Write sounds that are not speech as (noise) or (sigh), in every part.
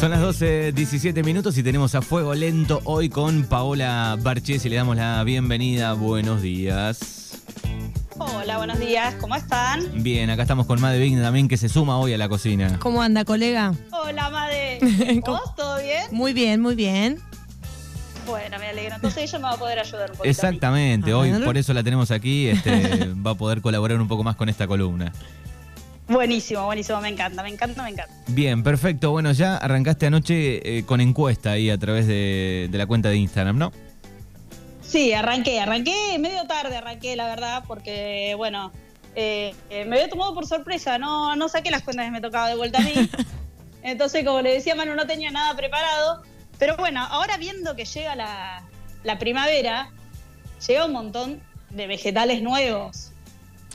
Son las 12, 17 minutos y tenemos a Fuego Lento hoy con Paola Barchesi. Le damos la bienvenida. Buenos días. Hola, buenos días, ¿cómo están? Bien, acá estamos con Madre Vigna también que se suma hoy a la cocina. ¿Cómo anda, colega? Hola, Made. ¿Cómo? ¿Vos todo bien? Muy bien, muy bien. Bueno, me alegro. Entonces ella me va a poder ayudar un poquito. Exactamente, A hoy ver. por eso la tenemos aquí. este, (laughs) va a poder colaborar un poco más con esta columna. Buenísimo, buenísimo, me encanta, me encanta, me encanta. Bien, perfecto. Bueno, ya arrancaste anoche eh, con encuesta ahí a través de, de la cuenta de Instagram, ¿no? Sí, arranqué, arranqué medio tarde, arranqué, la verdad, porque, bueno, eh, eh, me había tomado por sorpresa, no, no saqué las cuentas que me tocaba de vuelta a mí. Entonces, como le decía Manu, no tenía nada preparado. Pero bueno, ahora viendo que llega la, la primavera, llega un montón de vegetales nuevos.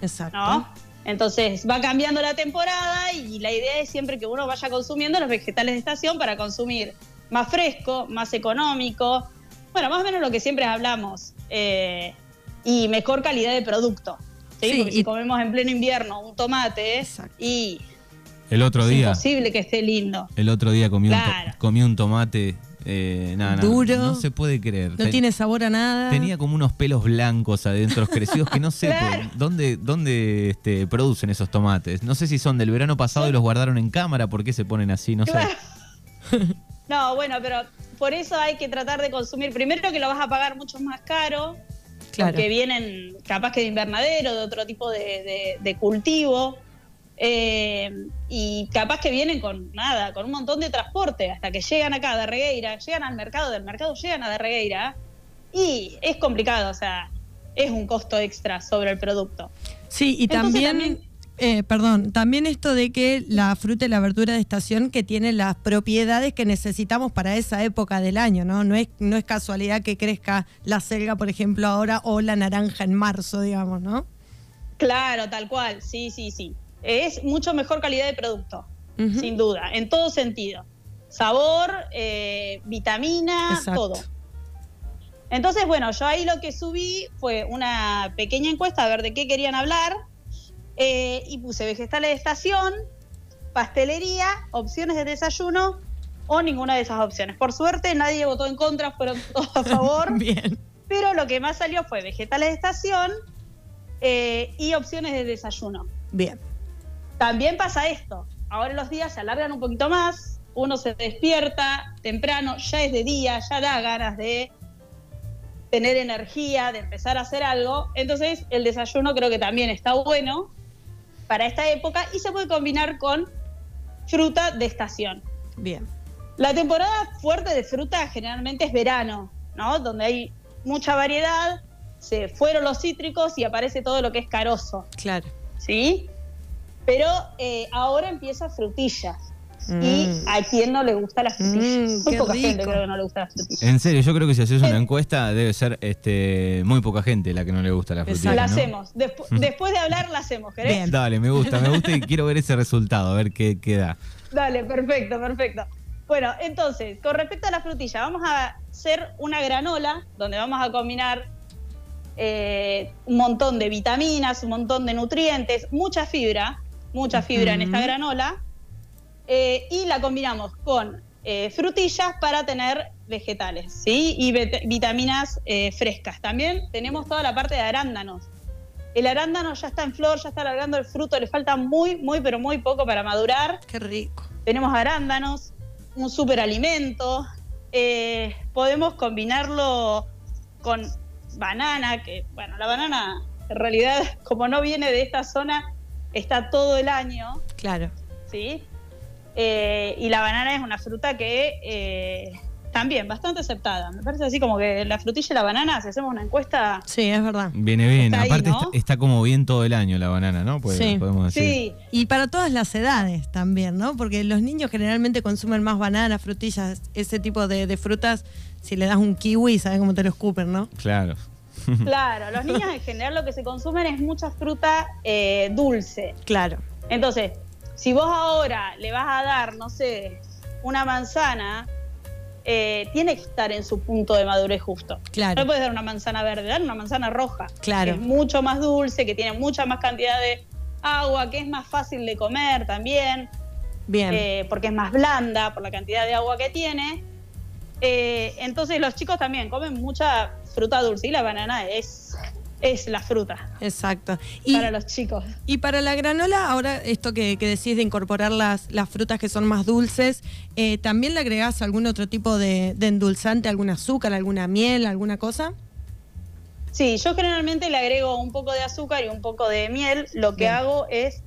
Exacto. ¿no? Entonces va cambiando la temporada y la idea es siempre que uno vaya consumiendo los vegetales de estación para consumir más fresco, más económico, bueno, más o menos lo que siempre hablamos, eh, y mejor calidad de producto. ¿sí? Sí, Porque y- si comemos en pleno invierno un tomate Exacto. y El otro es día, imposible que esté lindo. el otro día comí, un to- Claro. comí un tomate. eh, nada, nada, Duro. No se puede creer. No Ten- tiene sabor a nada. Tenía como unos pelos blancos adentro, crecidos, que no sé Claro. por- dónde, dónde este, producen esos tomates. No sé si son del verano pasado y los guardaron en cámara, por qué se ponen así, no Claro. sé. (laughs) No, bueno, pero por eso hay que tratar de consumir. Primero que lo vas a pagar mucho más caro, Claro. porque vienen capaz que de invernadero, de otro tipo de, de- de cultivo, eh, y capaz que vienen con nada, con un montón de transporte, hasta que llegan acá a Darregueira, llegan al mercado, del mercado llegan a Darregueira, y es complicado, o sea, es un costo extra sobre el producto. Sí, y Entonces también, eh, perdón, también esto de que la fruta y la verdura de estación que tiene las propiedades que necesitamos para esa época del año, ¿no? No es, no es casualidad que crezca la selga, por ejemplo, ahora o la naranja en marzo, digamos, ¿no? Claro, tal cual, sí, sí, sí. Es mucho mejor calidad de producto. Ujú. sin duda, en todo sentido. Sabor, eh, vitamina, Exacto. todo. Entonces, bueno, yo ahí lo que subí fue una pequeña encuesta a ver de qué querían hablar eh, y puse vegetales de estación, pastelería, opciones de desayuno o ninguna de esas opciones. Por suerte nadie votó en contra, fueron todos a favor. (laughs) Bien. Pero lo que más salió fue vegetales de estación eh, y opciones de desayuno. Bien. También pasa esto. Ahora los días se alargan un poquito más, uno se despierta temprano, ya es de día, ya da ganas de tener energía, de empezar a hacer algo. Entonces el desayuno creo que también está bueno para esta época y se puede combinar con fruta de estación. Bien. La temporada fuerte de fruta generalmente es verano, ¿no? Donde hay mucha variedad, se fueron los cítricos y aparece todo lo que es carozo. Claro. ¿sí? Pero eh, ahora empieza frutillas. Y Mm. a quién no le gusta las frutillas. Mm, Muy qué poca gente rico. creo que no le gusta las frutillas. En serio, yo creo que si haces una Eh. encuesta debe ser este, muy poca gente la que no le gusta la Exacto. frutilla. la ¿no? hacemos. Despu- después de hablar, la hacemos, ¿querés? Bien. Dale, me gusta, me gusta y quiero ver ese resultado, a ver qué, qué da. Dale, perfecto, perfecto. Bueno, entonces, con respecto a la frutilla, vamos a hacer una granola donde vamos a combinar eh, un montón de vitaminas, un montón de nutrientes, mucha fibra, mucha fibra en esta Ujú. granola. eh, y la combinamos con eh, frutillas para tener vegetales, ¿sí? Y vit- vitaminas eh, frescas. También tenemos toda la parte de arándanos. El arándano ya está en flor, ya está alargando el fruto, le falta muy, muy, pero muy poco para madurar Qué rico. tenemos arándanos, un superalimento, eh, podemos combinarlo con banana, que bueno, la banana en realidad (laughs) como no viene de esta zona, está todo el año, Claro. ¿sí? Eh, y la banana es una fruta que eh, también bastante aceptada. Me parece así como que la frutilla y la banana, si hacemos una encuesta... Sí, es verdad. Viene bien, Está ahí, aparte ¿no? está, está como bien todo el año la banana, ¿no? Pues, Sí. Podemos decir. Sí, Y para todas las edades también, ¿no? Porque los niños generalmente consumen más bananas, frutillas, ese tipo de, de frutas. Si le das un kiwi, sabes cómo te lo escupen, ¿no? Claro. claro, los niños en general lo que se consumen es mucha fruta eh, dulce. Claro. Entonces, si vos ahora le vas a dar, no sé, una manzana, eh, tiene que estar en su punto de madurez justo. No Claro. le puedes dar una manzana verde, dar una manzana roja. Claro. Que es mucho más dulce, que tiene mucha más cantidad de agua, que es más fácil de comer también. Bien. eh, porque es más blanda por la cantidad de agua que tiene. Eh, entonces los chicos también comen mucha fruta dulce y la banana es, es la fruta Exacto. Y para los chicos. Y para la granola, ahora esto que, que decís de incorporar las, las frutas que son más dulces, eh, ¿también le agregás algún otro tipo de, de endulzante, algún azúcar, alguna miel, alguna cosa? Sí, yo generalmente le agrego un poco de azúcar y un poco de miel. Lo que Bien. hago es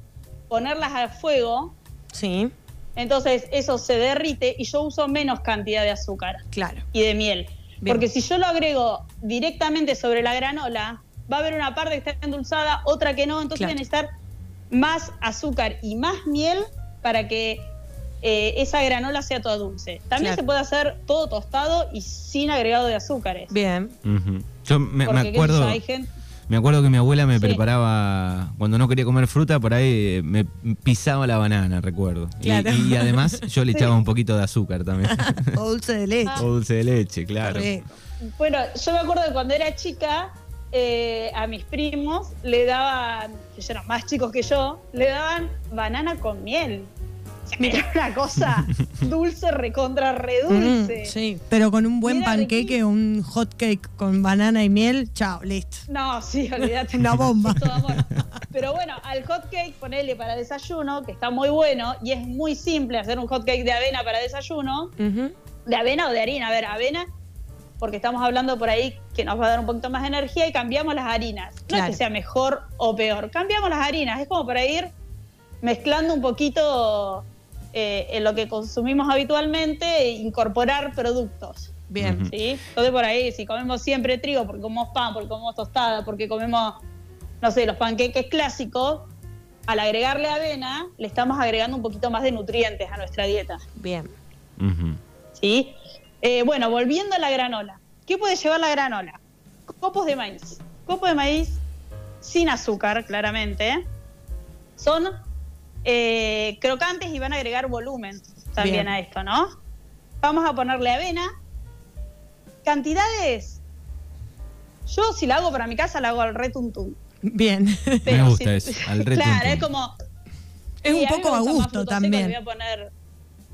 ponerlas al fuego, Sí, entonces eso se derrite y yo uso menos cantidad de azúcar claro. y de miel. Bien. Porque si yo lo agrego directamente sobre la granola, va a haber una parte que está endulzada, otra que no, entonces Claro. voy a necesitar más azúcar y más miel para que eh, esa granola sea toda dulce. También se Claro. puede hacer todo tostado y sin agregado de azúcares. Bien. Ujú. Yo me, me Porque, qué sé yo, acuerdo. hay gente- Me acuerdo que mi abuela me Sí. preparaba, cuando no quería comer fruta, por ahí eh, me pisaba la banana, recuerdo. Y- Claro. Y, además yo (laughs) le echaba un poquito de azúcar también. O dulce de leche. o dulce de leche, claro. Correcto. Bueno, yo me acuerdo de cuando era chica, eh, a mis primos le daban, que ya eran más chicos que yo, le daban banana con miel. O sea, era una (laughs) cosa dulce, recontra, Mm, redulce. sí, pero con un buen Mira, panqueque, un hot cake con banana y miel, chao, listo. No, sí, olvídate. Una bomba. Todo amor. Pero bueno, al hot cake ponele para desayuno, que está muy bueno y es muy simple hacer un hot cake de avena para desayuno. Ujú. de avena o de harina. A ver, avena, porque estamos hablando por ahí que nos va a dar un poquito más de energía y cambiamos las harinas. No Claro. es que sea mejor o peor, cambiamos las harinas. Es como para ir mezclando un poquito eh, en lo que consumimos habitualmente e incorporar productos. Bien. Ujú. ¿sí? Entonces por ahí, si comemos siempre trigo, porque comemos pan, porque comemos tostada, porque comemos, no sé, los panqueques clásicos, al agregarle avena, le estamos agregando un poquito más de nutrientes a nuestra dieta. Bien. Ujú. ¿sí? Eh, bueno, volviendo a la granola. ¿Qué puede llevar la granola? Copos de maíz. Copos de maíz sin azúcar, claramente. Son eh, crocantes y van a agregar volumen también Bien. a esto, ¿no? Vamos a ponerle avena. Cantidades. Yo si la hago para mi casa la hago al retuntum. Bien. (laughs) Me gusta eso, al re (laughs) Claro, tuntum. es como... Es sí, un mí me poco a gusta más gusto frutos secos, le también. voy a poner-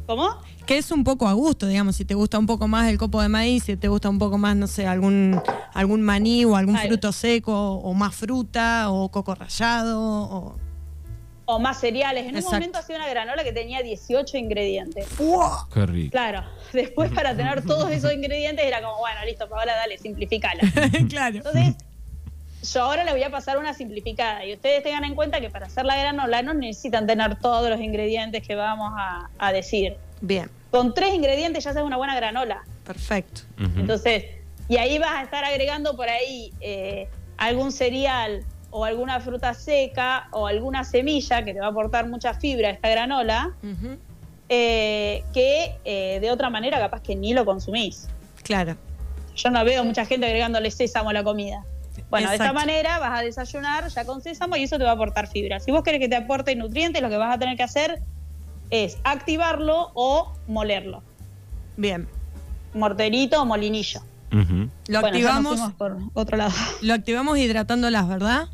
¿Cómo? Que es un poco a gusto, digamos, si te gusta un poco más el copo de maíz, si te gusta un poco más, no sé, algún, algún maní o algún Ay. fruto seco o más fruta o coco rallado. O... o más cereales. En Exacto. un momento hacía una granola que tenía 18 ingredientes. Qué rico. Claro, (laughs) después para tener todos esos ingredientes era como, bueno, listo, Paola, dale, simplificala. (laughs) claro. Entonces, yo ahora le voy a pasar una simplificada y ustedes tengan en cuenta que para hacer la granola no necesitan tener todos los ingredientes que vamos a, a decir. Bien, Con tres ingredientes ya haces una buena granola. perfecto. Ujú. Entonces, y ahí vas a estar agregando por ahí eh, algún cereal o alguna fruta seca o alguna semilla que te va a aportar mucha fibra a esta granola. Ujú, eh, que eh, de otra manera capaz que ni lo consumís. Claro. Yo no veo mucha gente agregándole sésamo a la comida. Bueno, de esta Exacto. manera vas a desayunar ya con sésamo y eso te va a aportar fibra. Si vos querés que te aporte nutrientes, lo que vas a tener que hacer es activarlo o molerlo. Bien. Morterito o molinillo. Ujú. Bueno, ya Lo nos activamos, fuimos por otro lado. (laughs) lo activamos hidratándolas, ¿verdad?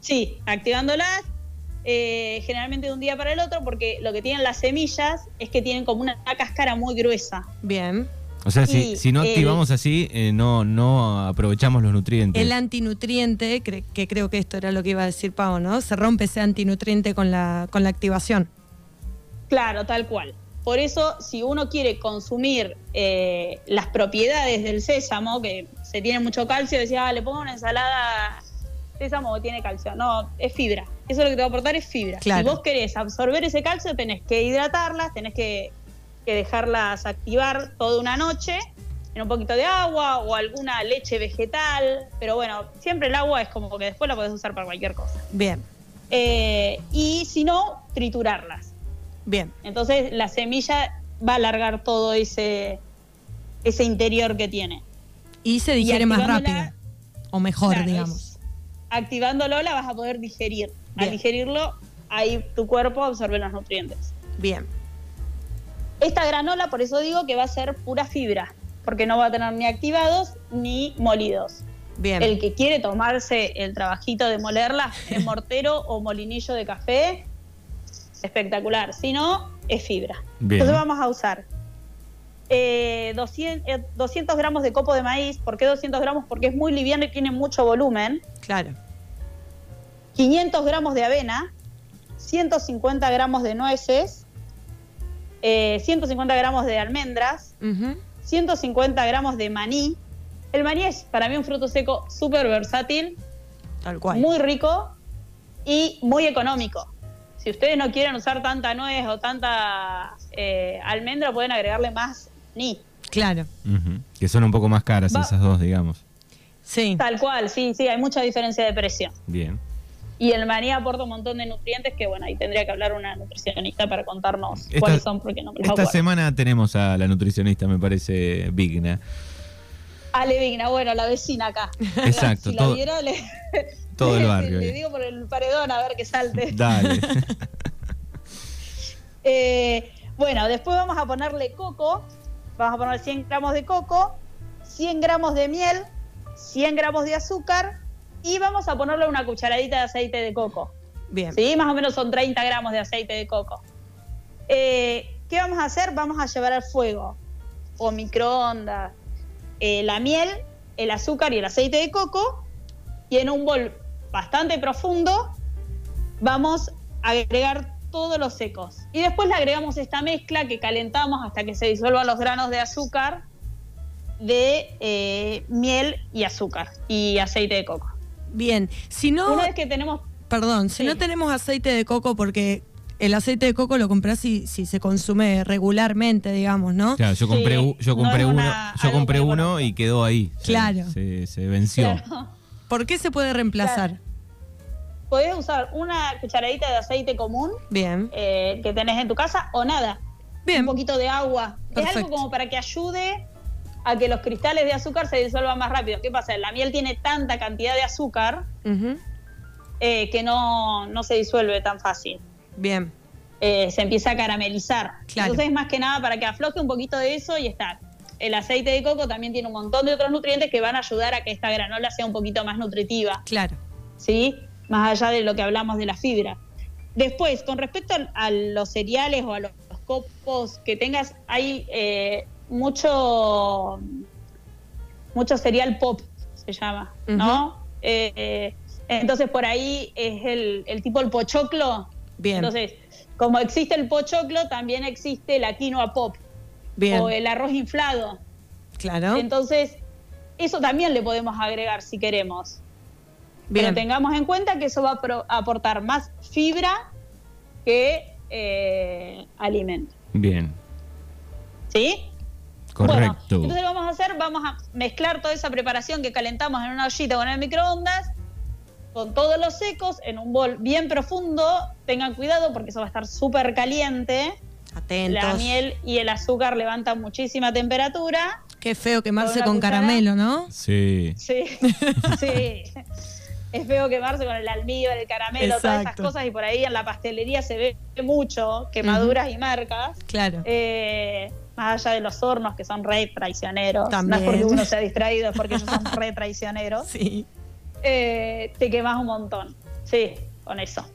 Sí, activándolas eh, generalmente de un día para el otro porque lo que tienen las semillas es que tienen como una cáscara muy gruesa. Bien. O sea, si, Y si no el- activamos así, eh, no, no aprovechamos los nutrientes. El antinutriente, cre- que creo que esto era lo que iba a decir Pau, ¿no? Se rompe ese antinutriente con la, con la activación. Claro, tal cual. Por eso, si uno quiere consumir eh, las propiedades del sésamo, que se tiene mucho calcio, decía, "Ah, le pongo una ensalada sésamo que tiene calcio. No, es fibra. Eso lo que te va a aportar es fibra. Claro. Si vos querés absorber ese calcio, tenés que hidratarlas, tenés que, que dejarlas activar toda una noche en un poquito de agua o alguna leche vegetal. Pero bueno, siempre el agua es como que después la podés usar para cualquier cosa. Bien, Eh, y si no, triturarlas. bien. Entonces la semilla va a alargar todo ese, ese interior que tiene. Y se Y digiere más rápido. activándola- O mejor, Claro, digamos. es- activándolo la vas a poder digerir. Bien. Al digerirlo, ahí tu cuerpo absorbe los nutrientes. Bien. Esta granola, por eso digo que va a ser pura fibra, porque no va a tener ni activados ni molidos. Bien. El que quiere tomarse el trabajito de molerla en mortero o molinillo de café, espectacular. Si no, es fibra. Bien. Entonces vamos a usar eh, 200, eh, 200 gramos de copo de maíz. ¿Por qué 200 gramos? Porque es muy liviano y tiene mucho volumen. Claro. 500 gramos de avena, 150 gramos de nueces, eh, 150 gramos de almendras, Ujú. 150 gramos de maní. El maní es para mí un fruto seco súper versátil, Tal cual. muy rico y muy económico. Si ustedes no quieren usar tanta nuez o tanta eh, almendra, pueden agregarle más ni. Claro. Ujú. Que son un poco más caras Va- esas dos, digamos. Sí. Tal cual, sí, sí, hay mucha diferencia de precio. Bien. Y el maní aporta un montón de nutrientes que, bueno, ahí tendría que hablar una nutricionista para contarnos Esta- cuáles son, porque no me los Esta acuerdo. semana tenemos a la nutricionista, me parece, (laughs) Vigna. Ale Vigna, bueno, la vecina acá. (laughs) Exacto, Si la todo- viera, le, todo (laughs) el le- barrio Le, ahí. digo por el paredón a ver que salte. Dale. (laughs) Eh, bueno, después vamos a ponerle coco. Vamos a poner 100 gramos de coco, 100 gramos de miel, 100 gramos de azúcar y vamos a ponerle una cucharadita de aceite de coco. Bien. Sí, más o menos son 30 gramos de aceite de coco. Eh, ¿Qué vamos a hacer? Vamos a llevar al fuego o microondas eh, la miel, el azúcar y el aceite de coco y en un bol bastante profundo vamos a agregar todos los secos. Y después le agregamos esta mezcla que calentamos hasta que se disuelvan los granos de azúcar, de eh, miel y azúcar y aceite de coco. Bien. Si no, Una vez que tenemos perdón, si Sí. no tenemos aceite de coco porque el aceite de coco lo compras si, si se consume regularmente, digamos, (laughs) ¿no? Claro, yo compré, Sí, u- yo no compré es uno, una- yo algo compré muy uno y quedó ahí. Se- Claro. Se, se venció. claro, ¿Por qué se puede reemplazar? Podés usar una cucharadita de aceite común Bien. eh, que tenés en tu casa o nada. Bien. Un poquito de agua. Es Perfecto. algo como para que ayude a que los cristales de azúcar se disuelvan más rápido. ¿Qué pasa? La miel tiene tanta cantidad de azúcar Ujú. eh, que no, no se disuelve tan fácil. Bien. Eh, se empieza a caramelizar. Claro. Entonces, más que nada para que afloje un poquito de eso y está. El aceite de coco también tiene un montón de otros nutrientes que van a ayudar a que esta granola sea un poquito más nutritiva. Claro. ¿sí? Más allá de lo que hablamos de la fibra. Después, con respecto al- a los cereales o a los, los copos que tengas, hay eh, mucho, mucho cereal pop, se llama, ¿no? Eh, eh, entonces, por ahí es el, el tipo el pochoclo. Bien. Entonces, como existe el pochoclo, también existe la quinoa pop Bien. o el arroz inflado. Claro. Entonces, eso también le podemos agregar si queremos. Bien. Pero tengamos en cuenta que eso va a pro- a aportar más fibra que eh, alimento. Bien. ¿Sí? Correcto. Bueno, entonces lo vamos a hacer, vamos a mezclar toda esa preparación que calentamos en una ollita con el microondas, con todos los secos, en un bol bien profundo. Tengan cuidado porque eso va a estar súper caliente. Atentos. La miel y el azúcar levantan muchísima temperatura. Qué feo quemarse Con una con cuchara. caramelo, ¿no? Sí. Sí, (laughs) sí. Es feo quemarse con el almíbar, el caramelo, todas esas Exacto. cosas y por ahí en la pastelería se ve mucho quemaduras y marcas. Claro. Eh, más allá de los hornos que son re traicioneros. También. No es porque uno sea distraído, es porque ellos son re traicioneros. Sí. Eh, te quemas un montón. Sí, con eso.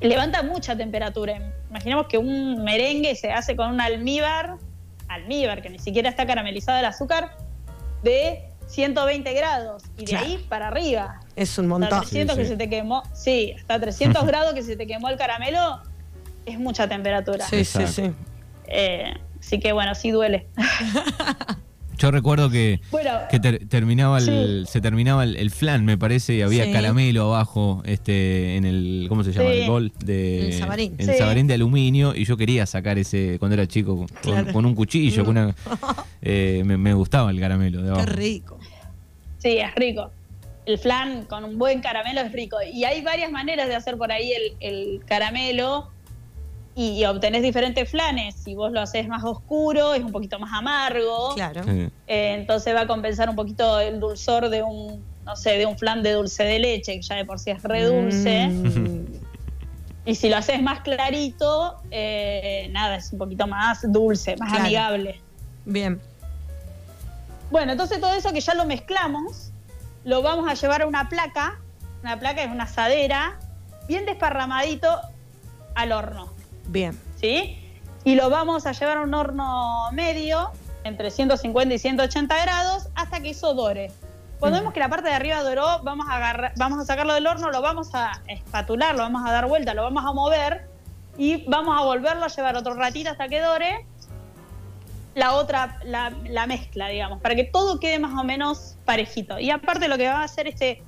Levanta mucha temperatura. Imaginemos que un merengue se hace con un almíbar, almíbar que ni siquiera está caramelizado el azúcar, de 120 grados y de Claro. ahí para arriba. Es un Hasta montón. 300 Sí, que sí. se te quemó, sí, hasta (laughs) 300 grados que se te quemó el caramelo es mucha temperatura. Sí, sí, Exacto. sí. Eh, así que bueno, sí duele. (laughs) Yo recuerdo que, bueno, que ter- terminaba el, se terminaba el, el flan, me parece, y había Sí. caramelo abajo este en el ¿cómo se llama? Sí. El bol de El sabarín. el Sí. sabarín de aluminio y yo quería sacar ese cuando era chico con, Claro. con un cuchillo, con (laughs) una eh, me, me gustaba el caramelo de Qué abajo. rico. Sí, es rico. El flan con un buen caramelo es rico. Y hay varias maneras de hacer por ahí el, el caramelo y, obtenés diferentes flanes. Si vos lo haces más oscuro, es un poquito más amargo. Claro. Sí. Eh, entonces va a compensar un poquito el dulzor de un, no sé, de un flan de dulce de leche, que ya de por sí es re dulce. Mm, Y si lo haces más clarito, eh, nada, es un poquito más dulce, más Claro. amigable. Bien. Bueno, entonces todo eso que ya lo mezclamos, lo vamos a llevar a una placa. Una placa es una asadera, bien desparramadito al horno. Bien. ¿sí? Y lo vamos a llevar a un horno medio, entre 150 y 180 grados, hasta que eso dore. Cuando Ujú. vemos que la parte de arriba doró, vamos a, agarrar, vamos a sacarlo del horno, lo vamos a espatular, lo vamos a dar vuelta, lo vamos a mover y vamos a volverlo a llevar otro ratito hasta que dore la otra, la, la mezcla, digamos, para que todo quede más o menos parejito. Y aparte lo que va a hacer este,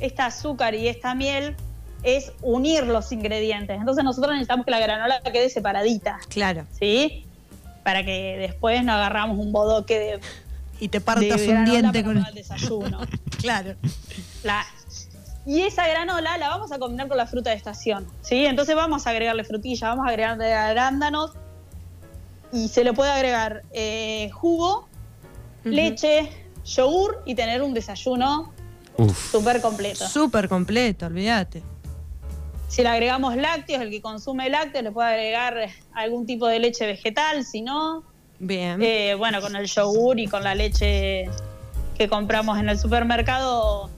este azúcar y esta miel es unir los ingredientes. Entonces nosotros necesitamos que la granola quede separadita, Claro. ¿sí? Para que después no agarramos un bodoque de, Y te de partas un granola diente para con tomar el (laughs) desayuno. Claro. La- y esa granola la vamos a combinar con la fruta de estación, ¿sí? Entonces vamos a agregarle frutilla, vamos a agregarle arándanos y se le puede agregar eh, jugo, leche, yogur y tener un desayuno Uf. súper completo. Súper completo, olvídate. Si le agregamos lácteos, el que consume lácteos le puede agregar algún tipo de leche vegetal, si no, Bien. eh, bueno, con el yogur y con la leche que compramos en el supermercado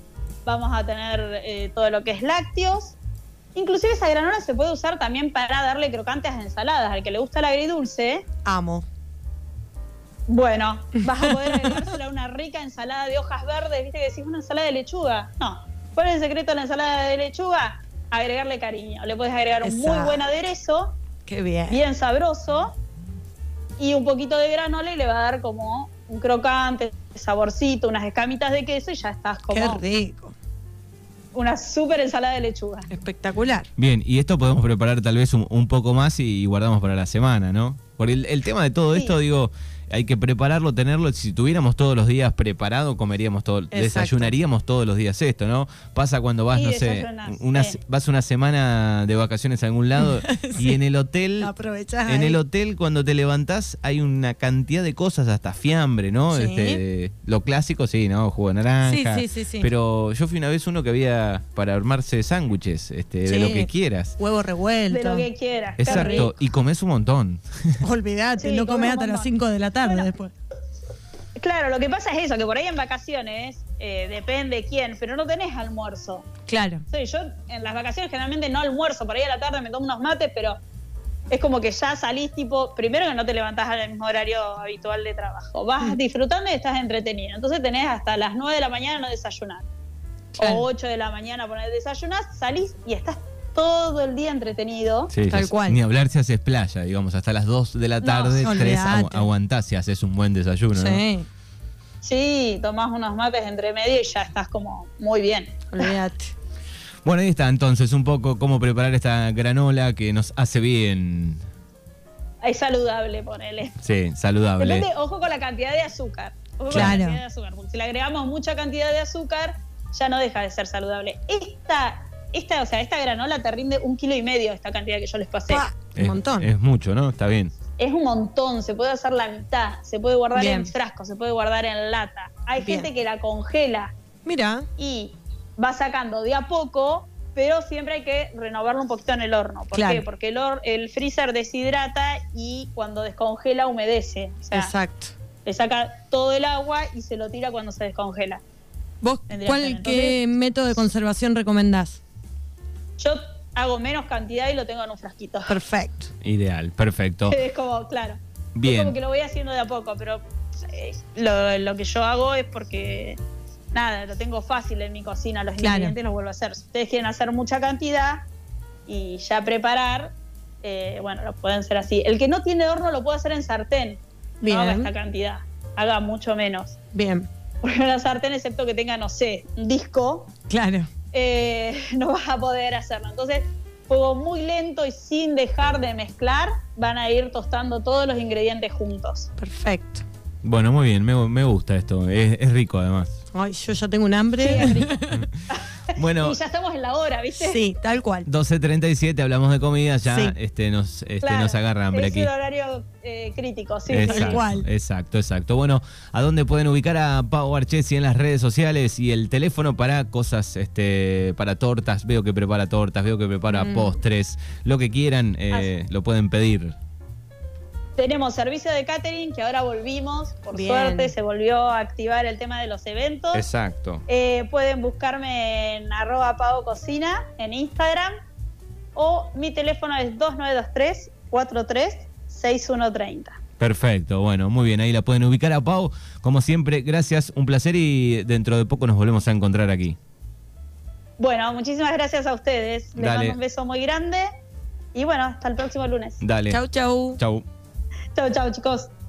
vamos a tener eh, todo lo que es lácteos. Inclusive esa granola se puede usar también para darle crocantes a ensaladas. Al que le gusta el agridulce, Amo. (laughs) bueno, vas a poder agregársela a una rica ensalada de hojas verdes. Viste que decís una ensalada de lechuga. No. ¿Cuál es el secreto de la ensalada de lechuga? Agregarle cariño. Le puedes agregar un muy Exacto. buen aderezo Qué bien. bien sabroso y un poquito de granola y le va a dar como un crocante, saborcito, unas escamitas de queso y ya estás Qué como rico. una súper ensalada de lechuga. Espectacular. Bien, y esto podemos preparar tal vez un, un poco más y guardamos para la semana, ¿no? Porque el, el tema de todo Sí. esto, digo, hay que prepararlo, tenerlo. Si tuviéramos todos los días preparado, comeríamos todo, Exacto. desayunaríamos todos los días esto, ¿no? Pasa cuando vas, Sí, no sé, desayunás, una, sí. vas una semana de vacaciones a algún (laughs) lado y en el hotel... Aprovechás. En ahí. el hotel, cuando te levantás, hay una cantidad de cosas, hasta fiambre, ¿no? Sí. Este, lo clásico, sí, ¿no? Jugo de naranja. Sí, sí, sí, sí. Pero yo fui una vez uno que había para armarse sándwiches, este, de Sí. lo que quieras. Huevo De revuelto. lo que quieras. qué rico. Exacto, y comes un montón. (laughs) Olvídate, Sí, no comemos comés hasta las más. 5 de la tarde Bueno. después. Claro, lo que pasa es eso, que por ahí en vacaciones, eh, depende quién, pero no tenés almuerzo. Claro. Sí, yo en las vacaciones generalmente no almuerzo, por ahí a la tarde me tomo unos mates, pero es como que ya salís tipo, primero que no te levantás al mismo horario habitual de trabajo, vas disfrutando y estás entretenido. Entonces tenés hasta las 9 de la mañana no desayunar, Claro. o 8 de la mañana poner desayunar, salís y estás todo el día entretenido. Sí, Tal ya sé. cual. Ni hablar si haces playa, digamos, hasta las 2 de la No, tarde, 3 agu- olvídate. aguantás si haces un buen desayuno, ¿no? Sí, Sí, tomás unos mates entre medio y ya estás como muy bien. olvídate. Bueno, ahí está entonces un poco cómo preparar esta granola que nos hace bien. Es saludable, ponele. Sí, saludable. Depende, ojo con la cantidad de azúcar. Ojo con la Claro. cantidad de azúcar, porque si le agregamos mucha cantidad de azúcar, ya no deja de ser saludable. Esta, esta, o sea, esta granola te rinde un kilo y medio esta cantidad que yo les pasé. Pa, Un Es- montón. Es mucho, ¿no? Está bien. Es un montón, se puede hacer la mitad, se puede guardar Bien. en frasco, se puede guardar en lata. Hay Bien. gente que la congela Mira, y va sacando de a poco, pero siempre hay que renovarlo un poquito en el horno. ¿Por Claro. qué? Porque el, hor- el freezer deshidrata y cuando descongela humedece. O sea, exacto. le saca todo el agua y se lo tira cuando se descongela. ¿Vos Tendría que cuál tener. qué método de conservación recomendás? Yo hago menos cantidad y lo tengo en un frasquito. Perfecto. Ideal, perfecto. (laughs) Es como, claro. Es como Bien. que lo voy haciendo de a poco, pero eh, lo, lo que yo hago es porque, nada, lo tengo fácil en mi cocina, los Claro. ingredientes los vuelvo a hacer. Si ustedes quieren hacer mucha cantidad y ya preparar, eh, bueno, lo pueden hacer así. El que no tiene horno lo puede hacer en sartén. Bien. No haga esta cantidad, haga mucho menos. (laughs) Bien, Porque la sartén, excepto que tenga, no sé, un disco, claro. eh, (laughs) no vas a poder hacerlo. Entonces, fuego muy lento y sin dejar de mezclar, van a ir tostando todos los ingredientes juntos. Perfecto. Bueno, muy bien, me, me gusta esto. Es, es rico además. (laughs) Ay, yo ya tengo un (laughs) hambre. Sí, rico. Bueno, Y ya estamos en la hora, ¿viste? Sí, tal cual. 12.37, hablamos de comida, ya Sí. este, nos, este, Claro, nos agarra hambre es aquí. el horario eh, crítico, sí. Exacto. sí. cual. exacto, exacto. Bueno, ¿a dónde pueden ubicar a Pau Archesi en las redes sociales y el teléfono para cosas, este, para tortas? Veo que prepara tortas, veo que prepara Mm. postres, lo que quieran, eh, lo pueden pedir. Tenemos servicio de catering, que ahora volvimos, por Bien. suerte se volvió a activar el tema de los eventos. Exacto. Eh, pueden buscarme en arroba pago cocina en Instagram o mi teléfono es 2923 436130. Perfecto, bueno, muy bien, ahí la pueden ubicar a Pau. Como siempre, gracias, un placer y dentro de poco nos volvemos a encontrar aquí. Bueno, muchísimas gracias a ustedes. Les Dale. mando un beso muy grande. Y bueno, hasta el próximo lunes. Dale. Chau, chau. Chau. Chau, chau, chicos.